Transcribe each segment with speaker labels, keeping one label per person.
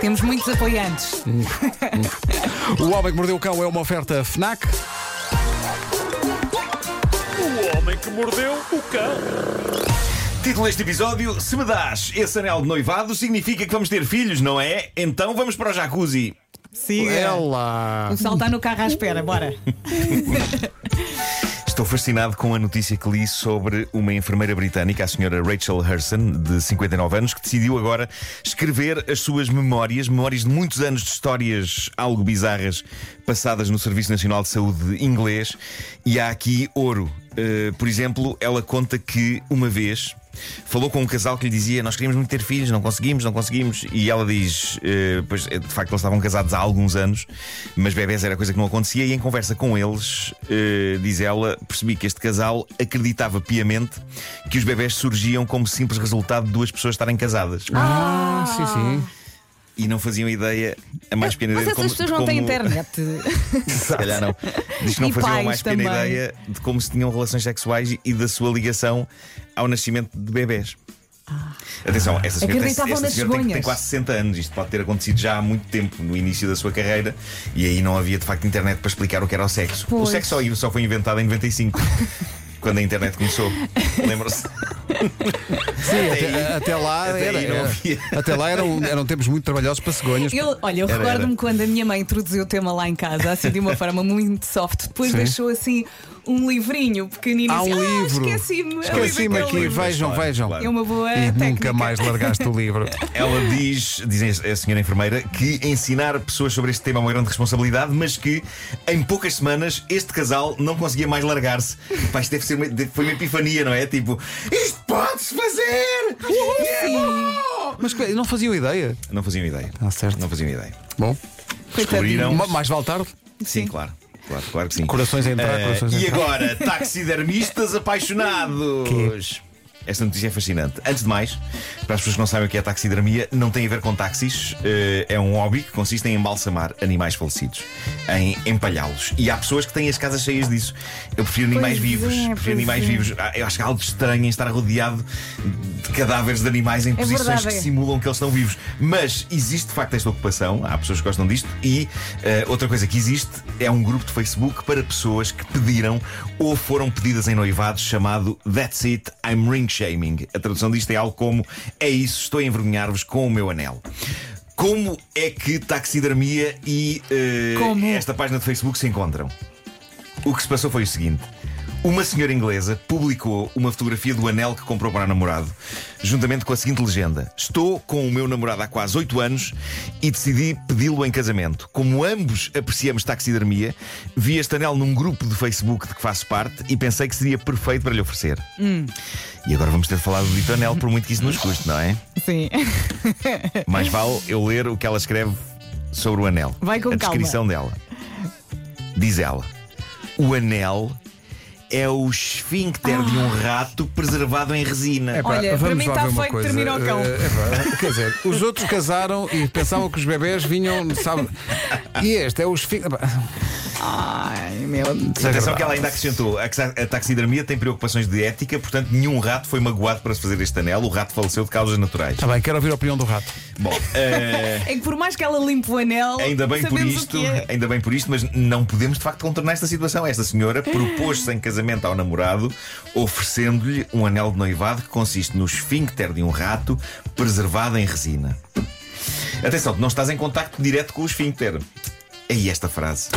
Speaker 1: Temos muitos apoiantes.
Speaker 2: O Homem que Mordeu o Cão é uma oferta FNAC.
Speaker 3: O homem que mordeu o cão.
Speaker 4: Título deste episódio: Se me dás esse anel de noivado, significa que vamos ter filhos, não é? Então vamos para o jacuzzi.
Speaker 1: Siga.
Speaker 2: Ela.
Speaker 1: O sol está no carro à espera, bora.
Speaker 4: Estou fascinado com a notícia que li sobre uma enfermeira britânica, a senhora Rachel Herson, de 59 anos, que decidiu agora escrever as suas memórias, memórias de muitos anos de histórias algo bizarras passadas no Serviço Nacional de Saúde inglês, e há aqui ouro. Eh, por exemplo, ela conta que uma vez falou com um casal que lhe dizia: Nós queríamos muito ter filhos, não conseguimos, não conseguimos. E ela diz: eh, Pois, eh, de facto, eles estavam casados há alguns anos, mas bebés era coisa que não acontecia. E em conversa com eles, eh, diz ela, percebi que este casal acreditava piamente que os bebés surgiam como simples resultado de duas pessoas estarem casadas.
Speaker 2: Ah, sim, sim.
Speaker 4: E não faziam ideia a mais pequena
Speaker 1: Mas
Speaker 4: ideia de como,
Speaker 1: essas pessoas
Speaker 4: de
Speaker 1: não têm
Speaker 4: como-
Speaker 1: internet.
Speaker 4: Se calhar não. Diz que não
Speaker 1: E
Speaker 4: faziam a
Speaker 1: pais
Speaker 4: mais pequena
Speaker 1: também.
Speaker 4: ideia de como se tinham relações sexuais e da sua ligação ao nascimento de bebés. Atenção, essa
Speaker 1: Ah.
Speaker 4: senhora, tem,
Speaker 1: Acreditavam
Speaker 4: esta
Speaker 1: nas
Speaker 4: senhora tem, tem
Speaker 1: cegonhas.
Speaker 4: quase 60 anos. Isto pode ter acontecido já há muito tempo, no início da sua carreira, e aí não havia de facto internet para explicar o que era o sexo. O
Speaker 1: Pois.
Speaker 4: sexo só- só foi inventado em 95, quando a internet começou. Lembram-se?
Speaker 2: Sim,
Speaker 4: Até
Speaker 2: até,
Speaker 4: aí-
Speaker 2: até lá
Speaker 4: até aí
Speaker 2: era-
Speaker 4: não
Speaker 2: era-
Speaker 4: havia.
Speaker 2: até lá eram, eram tempos muito trabalhosos para cegonhas.
Speaker 1: Eu, olha, eu
Speaker 4: Era, era.
Speaker 1: recordo-me quando a minha mãe introduziu o tema lá em casa, assim de uma forma muito soft. Depois
Speaker 2: Sim.
Speaker 1: deixou assim um livrinho pequenino.
Speaker 2: Há
Speaker 1: assim,
Speaker 2: um
Speaker 1: ah,
Speaker 2: livro.
Speaker 1: Esqueci-me. eu
Speaker 2: Esqueci-me
Speaker 1: lembro
Speaker 2: aqui,
Speaker 1: daquele livro."
Speaker 2: vejam,
Speaker 4: Claro,
Speaker 2: vejam.
Speaker 4: claro.
Speaker 1: É uma boa
Speaker 2: E
Speaker 1: técnica.
Speaker 2: nunca mais largaste o livro.
Speaker 4: Ela diz, dizem a senhora enfermeira, que ensinar pessoas sobre este tema é uma grande responsabilidade, mas que em poucas semanas este casal não conseguia mais largar-se. Pá, isto deve ser uma, deve- foi uma epifania, não é? Tipo, isto pode-se fazer!
Speaker 2: Mas que- não faziam ideia.
Speaker 4: Não faziam ideia.
Speaker 2: Ah, certo.
Speaker 4: Não faziam ideia.
Speaker 2: Bom,
Speaker 4: Descobriram.
Speaker 2: ma- mais vale tarde.
Speaker 4: Sim, claro. Claro, claro que sim.
Speaker 2: Corações a entrar,
Speaker 4: Eh,
Speaker 2: corações a
Speaker 4: E
Speaker 2: entrar.
Speaker 4: agora, taxidermistas apaixonados. Esta notícia é fascinante. Antes de mais, para as pessoas que não sabem o que é taxidermia, não tem a ver com táxis. Eh, É um hobby que consiste em embalsamar animais falecidos, em empalhá-los. E há pessoas que têm as casas cheias disso. Eu prefiro animais
Speaker 1: Pois
Speaker 4: vivos.
Speaker 1: é,
Speaker 4: prefiro
Speaker 1: pois
Speaker 4: animais
Speaker 1: é.
Speaker 4: vivos. Ah, Eu acho que há algo estranho em estar rodeado de cadáveres de animais em posições
Speaker 1: verdade, é.
Speaker 4: que simulam que eles estão vivos. Mas existe de facto esta ocupação, há pessoas que gostam disto, e eh, outra coisa que existe é um grupo de Facebook para pessoas que pediram ou foram pedidas em noivados chamado That's It, I'm Ring Shaming. A tradução disto é algo como É isso, estou a envergonhar-vos com o meu anel. Como é que taxidermia e eh,
Speaker 1: Como?
Speaker 4: esta página de Facebook se encontram? O que se passou foi o seguinte: uma senhora inglesa publicou uma fotografia do anel que comprou para o namorado, juntamente com a seguinte legenda: Estou com o meu namorado há quase 8 anos e decidi pedi-lo em casamento. Como ambos apreciamos taxidermia, vi este anel num grupo de Facebook de que faço parte e pensei que seria perfeito para lhe oferecer. E agora vamos ter falado do dito anel, por muito que isso nos custe, não é?
Speaker 1: Sim.
Speaker 4: Mais vale eu ler o que ela escreve sobre o anel.
Speaker 1: Vai com
Speaker 4: A
Speaker 1: calma.
Speaker 4: descrição dela. Diz ela: O anel é o esfíncter de
Speaker 1: Ah.
Speaker 4: um rato preservado em resina.
Speaker 2: Epá,
Speaker 1: Olha, para
Speaker 2: vamos
Speaker 1: mim
Speaker 2: lá
Speaker 1: tá
Speaker 2: ver uma
Speaker 1: feito,
Speaker 2: coisa.
Speaker 1: termina o cão.
Speaker 2: Eh, epá, quer dizer, os outros casaram e pensavam que os bebés vinham, sabe? E este é os filhos.
Speaker 1: Ai, meu
Speaker 4: Atenção que ela ainda acrescentou A xa- a taxidermia tem preocupações de ética Portanto nenhum rato foi magoado para se fazer este anel O rato faleceu de causas naturais
Speaker 2: Está bem, quero ouvir a opinião do rato.
Speaker 4: Bom, eh,
Speaker 1: É que por mais que ela limpe o anel,
Speaker 4: Ainda bem por
Speaker 1: Oh, sabemos o
Speaker 4: isto,
Speaker 1: que é.
Speaker 4: ainda bem por isto, mas não podemos de facto contornar esta situação. Esta
Speaker 1: É.
Speaker 4: senhora propôs-se em casamento ao namorado, oferecendo-lhe um anel de noivado que consiste no esfíncter de um rato preservado em resina. Atenção, tu não estás em contacto direto com o esfíncter. Aí esta frase.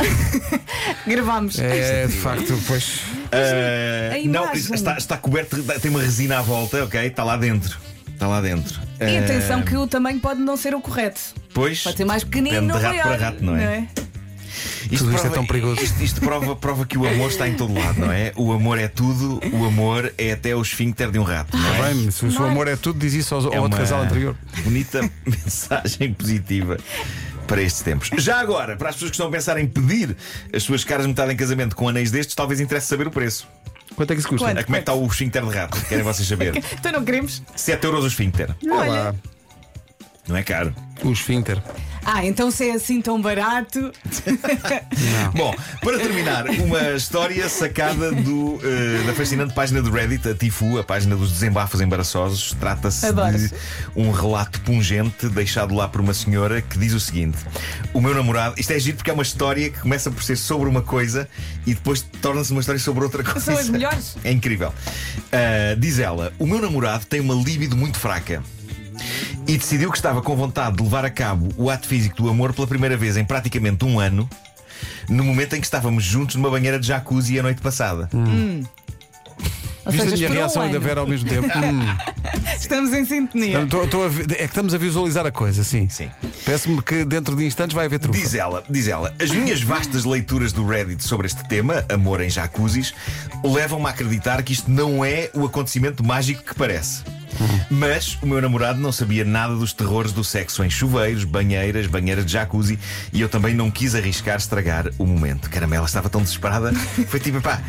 Speaker 1: Gravámos.
Speaker 2: É, de facto, pois.
Speaker 4: Ah,
Speaker 1: a
Speaker 4: não,
Speaker 1: imagem.
Speaker 4: está, está coberto, tem uma resina à volta, ok? Está lá dentro. Está lá dentro.
Speaker 1: E
Speaker 4: Ah,
Speaker 1: atenção que o tamanho pode não ser o correto.
Speaker 4: Pois.
Speaker 1: Pode ser mais pequenino
Speaker 4: Depende
Speaker 1: ou
Speaker 4: de rato
Speaker 1: maior.
Speaker 4: para rato, não é?
Speaker 2: Tudo isto é tão perigoso.
Speaker 4: Isto, isto prova, prova que o amor está em todo lado, não é? O amor é tudo, o amor é até o esfíncter de um rato. Não é?
Speaker 2: Está bem, se o seu amor é tudo, diz isso ao, ao
Speaker 4: É
Speaker 2: outro
Speaker 4: uma
Speaker 2: casal anterior.
Speaker 4: Bonita mensagem positiva para estes tempos. Já agora, para as pessoas que estão a pensar em pedir as suas caras metade em casamento com anéis destes, talvez interesse saber o preço.
Speaker 2: Quanto é que isso custa?
Speaker 1: Quanto?
Speaker 4: Ah, como é que está o esfíncter de rato? Querem vocês saber?
Speaker 1: Então não queremos.
Speaker 4: 7 euros o esfíncter.
Speaker 2: Olha
Speaker 1: Olha.
Speaker 2: lá.
Speaker 4: Não é caro.
Speaker 2: O esfíncter.
Speaker 1: Ah, então se é assim tão barato.
Speaker 4: Bom, para terminar, uma história sacada do, eh, da fascinante página do Reddit, a Tifu, a página dos desembafos embaraçosos. Trata-se
Speaker 1: Adoro.
Speaker 4: de um relato pungente deixado lá por uma senhora que diz o seguinte: O meu namorado. Isto é giro porque é uma história que começa por ser sobre uma coisa e depois torna-se uma história sobre outra coisa.
Speaker 1: as melhores.
Speaker 4: É incrível. Ah, diz ela: O meu namorado tem uma libido muito fraca. E decidiu que estava com vontade de levar a cabo o ato físico do amor pela primeira vez em praticamente um ano, no momento em que estávamos juntos numa banheira de jacuzzi a noite passada.
Speaker 1: Ou
Speaker 2: Viste
Speaker 1: seja,
Speaker 2: a minha
Speaker 1: esperou
Speaker 2: reação
Speaker 1: um
Speaker 2: e da
Speaker 1: ano.
Speaker 2: Vera ao mesmo tempo? Hum.
Speaker 1: Estamos em sintonia.
Speaker 2: Tô- tô a vi- é que estamos a visualizar a coisa, sim.
Speaker 4: Sim.
Speaker 2: Parece-me que dentro de instantes vai haver trufa.
Speaker 4: Diz ela, diz ela, as minhas vastas leituras do Reddit sobre este tema, amor em jacuzzis, levam-me a acreditar que isto não é o acontecimento mágico que parece. Mas o meu namorado não sabia nada dos terrores do sexo em chuveiros, banheiras, banheiras de jacuzzi e eu também não quis arriscar estragar o momento. Caramela estava tão desesperada, foi tipo, pá,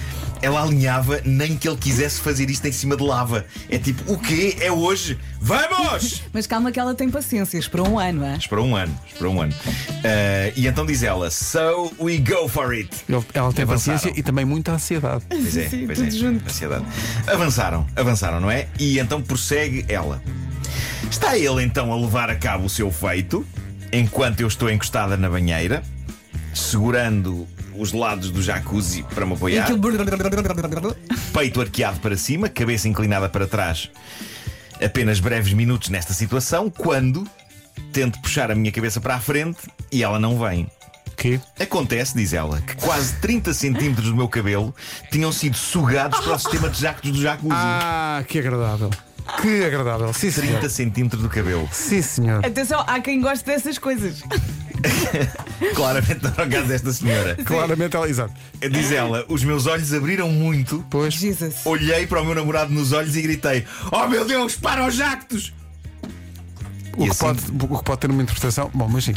Speaker 4: ela alinhava nem que ele quisesse fazer isto em cima de lava. É tipo, o quê? É hoje? Vamos!
Speaker 1: Mas calma que ela tem paciência, esperou um ano, é?
Speaker 4: Esperou um ano, esperou um ano. Ah, e então diz ela: So we go for it.
Speaker 2: Ele- Ela tem
Speaker 4: Avançaram.
Speaker 2: paciência e também muita ansiedade.
Speaker 4: Pois é,
Speaker 1: Sim,
Speaker 4: pois
Speaker 1: tudo
Speaker 4: é,
Speaker 1: junto.
Speaker 4: ansiedade. Avançaram, avançaram, não é? E então prossegue ela. Está ele então a levar a cabo o seu feito, enquanto eu estou encostada na banheira, segurando os lados do jacuzzi para me
Speaker 1: E
Speaker 4: apoiar.
Speaker 1: aquilo.
Speaker 4: peito arqueado para cima, cabeça inclinada para trás. Apenas breves minutos nesta situação, quando tento puxar a minha cabeça para a frente e ela não vem.
Speaker 2: Que?
Speaker 4: Acontece, diz ela, que quase 30 centímetros do meu cabelo tinham sido sugados para o sistema de jacos do jacuzzi.
Speaker 2: Ah, que agradável. Que agradável. Sim, senhor.
Speaker 4: 30 centímetros do cabelo.
Speaker 2: Sim, senhor.
Speaker 1: Atenção, há quem goste dessas coisas.
Speaker 4: Claramente não era o caso desta senhora.
Speaker 2: Claramente ela. Exato.
Speaker 4: Diz ela, os meus olhos abriram muito.
Speaker 2: Pois.
Speaker 1: Jesus.
Speaker 4: Olhei para o meu namorado nos olhos e gritei: Oh meu Deus, para os jactos!
Speaker 2: O
Speaker 4: E
Speaker 2: que,
Speaker 4: assim-
Speaker 2: pode, o que pode ter uma interpretação. Bom, mas sim.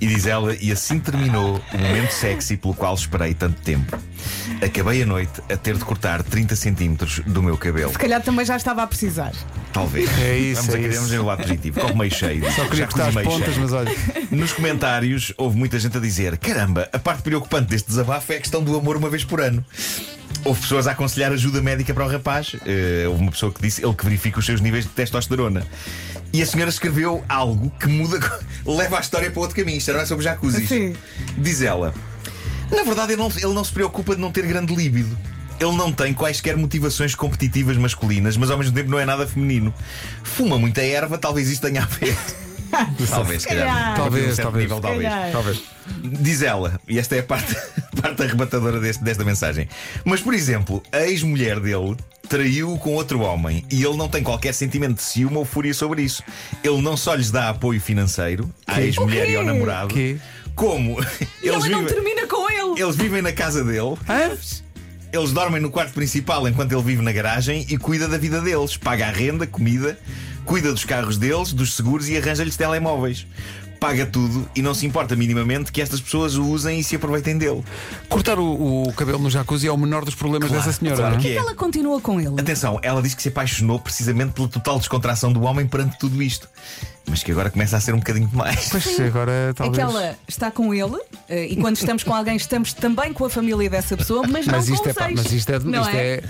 Speaker 4: E diz ela, e assim terminou o momento sexy pelo qual esperei tanto tempo. Acabei a noite a ter de cortar 30 centímetros do meu cabelo.
Speaker 1: Se calhar também já estava a precisar.
Speaker 4: Talvez.
Speaker 2: É isso,
Speaker 4: Vamos
Speaker 2: é
Speaker 4: a
Speaker 2: isso.
Speaker 4: queremos ver o lado positivo. Copo meio cheio.
Speaker 2: Só queria
Speaker 4: Já
Speaker 2: cortar
Speaker 4: cozi
Speaker 2: as
Speaker 4: meio
Speaker 2: pontas,
Speaker 4: cheio.
Speaker 2: mas olha.
Speaker 4: Nos comentários houve muita gente a dizer: caramba, a parte preocupante deste desabafo é a questão do amor uma vez por ano. Houve pessoas a aconselhar ajuda médica para o rapaz. Eh, houve uma pessoa que disse ele que verifica os seus níveis de testosterona. E a senhora escreveu algo que muda, leva a história para outro caminho. Isto não é sobre jacuzzi.
Speaker 1: Sim.
Speaker 4: Diz ela: Na verdade, ele não, ele não se preocupa de não ter grande líbido. Ele não tem quaisquer motivações competitivas masculinas, mas ao mesmo tempo não é nada feminino. Fuma muita erva, talvez isto tenha a ver. talvez, se calhar.
Speaker 1: calhar.
Speaker 2: Talvez,
Speaker 4: Um certo
Speaker 2: talvez.
Speaker 4: nível,
Speaker 1: calhar.
Speaker 2: Talvez.
Speaker 4: Diz ela, e esta é a parte, parte arrebatadora deste- desta mensagem. Mas, por exemplo, a ex-mulher dele traiu-o com outro homem e ele não tem qualquer sentimento de ciúme ou fúria sobre isso. Ele não só lhes dá apoio financeiro à ex-mulher e ao
Speaker 1: quê?
Speaker 4: namorado,
Speaker 2: Quê?
Speaker 4: como
Speaker 1: E ela
Speaker 4: eles
Speaker 1: não
Speaker 4: vivem,
Speaker 1: termina com ele.
Speaker 4: eles vivem na casa dele.
Speaker 2: Hã?
Speaker 4: Eles dormem no quarto principal enquanto ele vive na garagem e cuida da vida deles. Paga a renda, comida, cuida dos carros deles, dos seguros e arranja-lhes telemóveis. Paga tudo e não se importa minimamente que estas pessoas o usem e se aproveitem dele.
Speaker 2: Cortar o, o cabelo no jacuzzi é o menor dos problemas
Speaker 4: Claro,
Speaker 2: dessa senhora.
Speaker 4: claro
Speaker 2: não é?
Speaker 4: que é.
Speaker 1: E ela continua com ele.
Speaker 4: Atenção, ela diz que se apaixonou precisamente pela total descontração do homem perante tudo isto. Mas que agora começa a ser um bocadinho mais.
Speaker 2: Pois agora
Speaker 1: É
Speaker 2: talvez.
Speaker 1: que ela está com ele eh, e quando estamos com alguém estamos também com a família dessa pessoa, mas,
Speaker 2: Mas
Speaker 1: não
Speaker 2: isto
Speaker 1: com
Speaker 2: é, pá,
Speaker 1: seis.
Speaker 2: mas isto é,
Speaker 1: não
Speaker 2: isto
Speaker 1: é?
Speaker 2: é,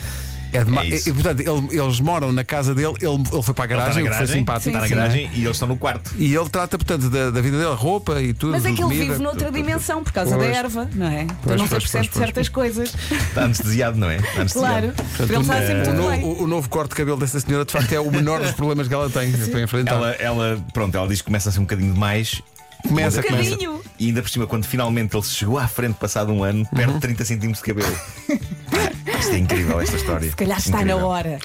Speaker 2: é demais.
Speaker 4: É isso.
Speaker 2: e, portanto, ele- eles moram na casa dele, ele, ele foi para a garagem,
Speaker 4: Ele
Speaker 2: o
Speaker 4: está
Speaker 2: que
Speaker 4: na
Speaker 2: foi
Speaker 4: garagem,
Speaker 2: simpático.
Speaker 4: está na
Speaker 2: sim, não é?
Speaker 4: garagem e eles estão no quarto.
Speaker 2: E ele trata, portanto, da, da vida dele, roupa e tudo.
Speaker 1: Mas é que ele
Speaker 2: comida.
Speaker 1: vive noutra dimensão por causa
Speaker 2: Pois.
Speaker 1: da erva, não é? Então
Speaker 2: Pois,
Speaker 1: não se
Speaker 2: pois,
Speaker 1: apercebe
Speaker 2: pois,
Speaker 1: de certas coisas.
Speaker 4: Está anestesiado, não é? Está
Speaker 1: Claro.
Speaker 4: anestesiado.
Speaker 1: Para ele está sempre
Speaker 2: O
Speaker 1: tudo bem.
Speaker 2: novo, o- o novo corte de cabelo dessa senhora, de facto, é o menor dos problemas que ela tem para enfrentar.
Speaker 4: Ela, ela, pronto, ela diz que começa a ser um bocadinho demais.
Speaker 2: começa,
Speaker 1: Um
Speaker 2: começa.
Speaker 1: bocadinho.
Speaker 4: E ainda por cima, quando finalmente ele chegou à frente, passado um ano, perde 30 centímetros de cabelo. Isto é incrível, esta história.
Speaker 1: Se calhar está
Speaker 4: Incrível.
Speaker 1: na hora.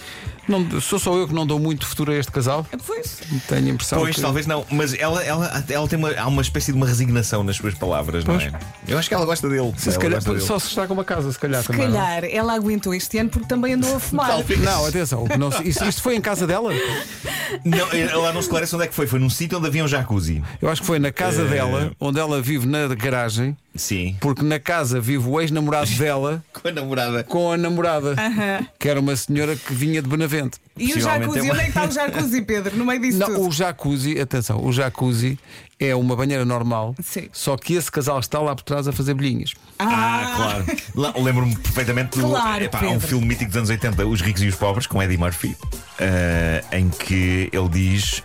Speaker 2: Não, sou só eu que não dou muito futuro a este casal.
Speaker 1: Pois.
Speaker 2: Tenho a impressão.
Speaker 4: Pois,
Speaker 2: que...
Speaker 4: talvez não, mas ela, ela, ela tem uma, há uma espécie de uma resignação nas suas palavras, não é? Eu acho que ela gosta dele.
Speaker 2: Se
Speaker 4: ela
Speaker 2: calhar-
Speaker 4: gosta dele.
Speaker 2: só se está com uma casa, se calhar
Speaker 1: Se
Speaker 2: também. não é?
Speaker 1: calhar ela aguentou este ano porque também andou a fumar.
Speaker 4: Talvez.
Speaker 2: Não, atenção, o que não se- isto, isto foi em casa dela?
Speaker 4: Não, ela não esclarece onde é que foi. Foi num sítio onde havia um jacuzzi.
Speaker 2: Eu acho que foi na casa dela, onde ela vive na garagem,
Speaker 4: Sim.
Speaker 2: Porque na casa vive o ex-namorado dela
Speaker 4: Com a namorada.
Speaker 2: com a namorada, que era uma senhora que vinha de Benavente.
Speaker 1: E o
Speaker 4: Possivelmente
Speaker 1: jacuzzi,
Speaker 4: é uma-
Speaker 1: onde é que está o jacuzzi, Pedro? No meio disso
Speaker 2: Não,
Speaker 1: tudo.
Speaker 2: o jacuzzi, atenção, o jacuzzi é uma banheira normal,
Speaker 1: Sim.
Speaker 2: só que esse casal está lá por trás a fazer bolhinhas.
Speaker 4: Ah, claro. Lá- Lembro-me perfeitamente do.
Speaker 1: Claro,
Speaker 4: epá, há um
Speaker 1: Pedro.
Speaker 4: filme mítico dos anos 80, Os Ricos e os Pobres, com Eddie Murphy, eh, em que ele diz: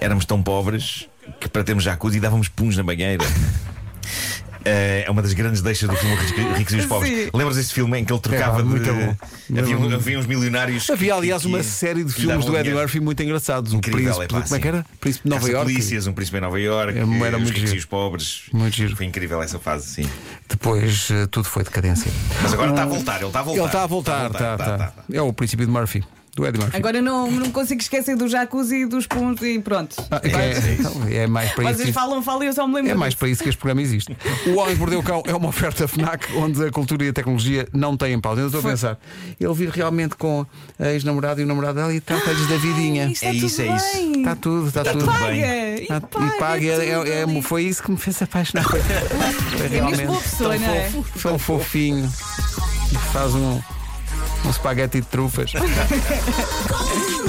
Speaker 4: Éramos tão pobres que para termos jacuzzi dávamos punhos na banheira. Eh, É uma das grandes deixas do filme Ricos- Ricos e os Pobres.
Speaker 1: Sim.
Speaker 4: Lembras desse filme em que ele trocava
Speaker 2: É,
Speaker 4: de.
Speaker 2: muito bom.
Speaker 4: Havia, um-
Speaker 2: Muito bom.
Speaker 4: havia uns milionários. que-
Speaker 2: Havia, aliás,
Speaker 4: que-
Speaker 2: uma
Speaker 4: que-
Speaker 2: série de
Speaker 4: que lhe
Speaker 2: filmes
Speaker 4: davam
Speaker 2: do Eddie
Speaker 4: dinheiro.
Speaker 2: Murphy muito engraçados. O
Speaker 4: Incrível,
Speaker 2: Príncipe,
Speaker 4: é pá,
Speaker 2: como é que
Speaker 4: sim.
Speaker 2: era? Príncipe de Nova
Speaker 4: Caça
Speaker 2: Iorque.
Speaker 4: Polícias, um príncipe em Nova York,
Speaker 2: Era muito
Speaker 4: os ricos
Speaker 2: giro.
Speaker 4: e os pobres.
Speaker 2: Muito giro.
Speaker 4: Foi incrível essa fase, sim.
Speaker 2: Depois eh, tudo foi decadência.
Speaker 4: Mas agora está a voltar, ele está a voltar. Tá,
Speaker 2: Ele está a voltar, está, está. É o Príncipe de Murphy, do Eddie Murphy.
Speaker 1: Agora não, não consigo esquecer do jacuzzi e dos pontos e pronto.
Speaker 2: Ah, é, então, é mais para isso.
Speaker 1: Vocês
Speaker 2: que-
Speaker 1: falam, falam e eu só me lembro.
Speaker 2: É mais para isso que este programa existe. O Homem que Mordeu o Cão é uma oferta FNAC onde a cultura e a tecnologia não têm pausa. Ainda estou a pensar, ele vive realmente com a ex-namorada e o namorado dela e trata-lhes da vidinha.
Speaker 1: Ai, está
Speaker 4: É isso,
Speaker 1: tudo
Speaker 4: é isso.
Speaker 1: bem.
Speaker 2: Está tudo, está tudo.
Speaker 4: tudo
Speaker 1: Paga!
Speaker 4: bem.
Speaker 1: E
Speaker 2: Está-
Speaker 1: paga!
Speaker 2: e paga, é-
Speaker 1: tudo
Speaker 2: é- é-
Speaker 1: ali.
Speaker 2: foi isso que me fez apaixonar. Foi
Speaker 1: É mesmo boa
Speaker 2: realmente
Speaker 1: pessoa, não é?
Speaker 2: tão fofinho. Faz um, um espaguete de trufas.
Speaker 5: Comercial.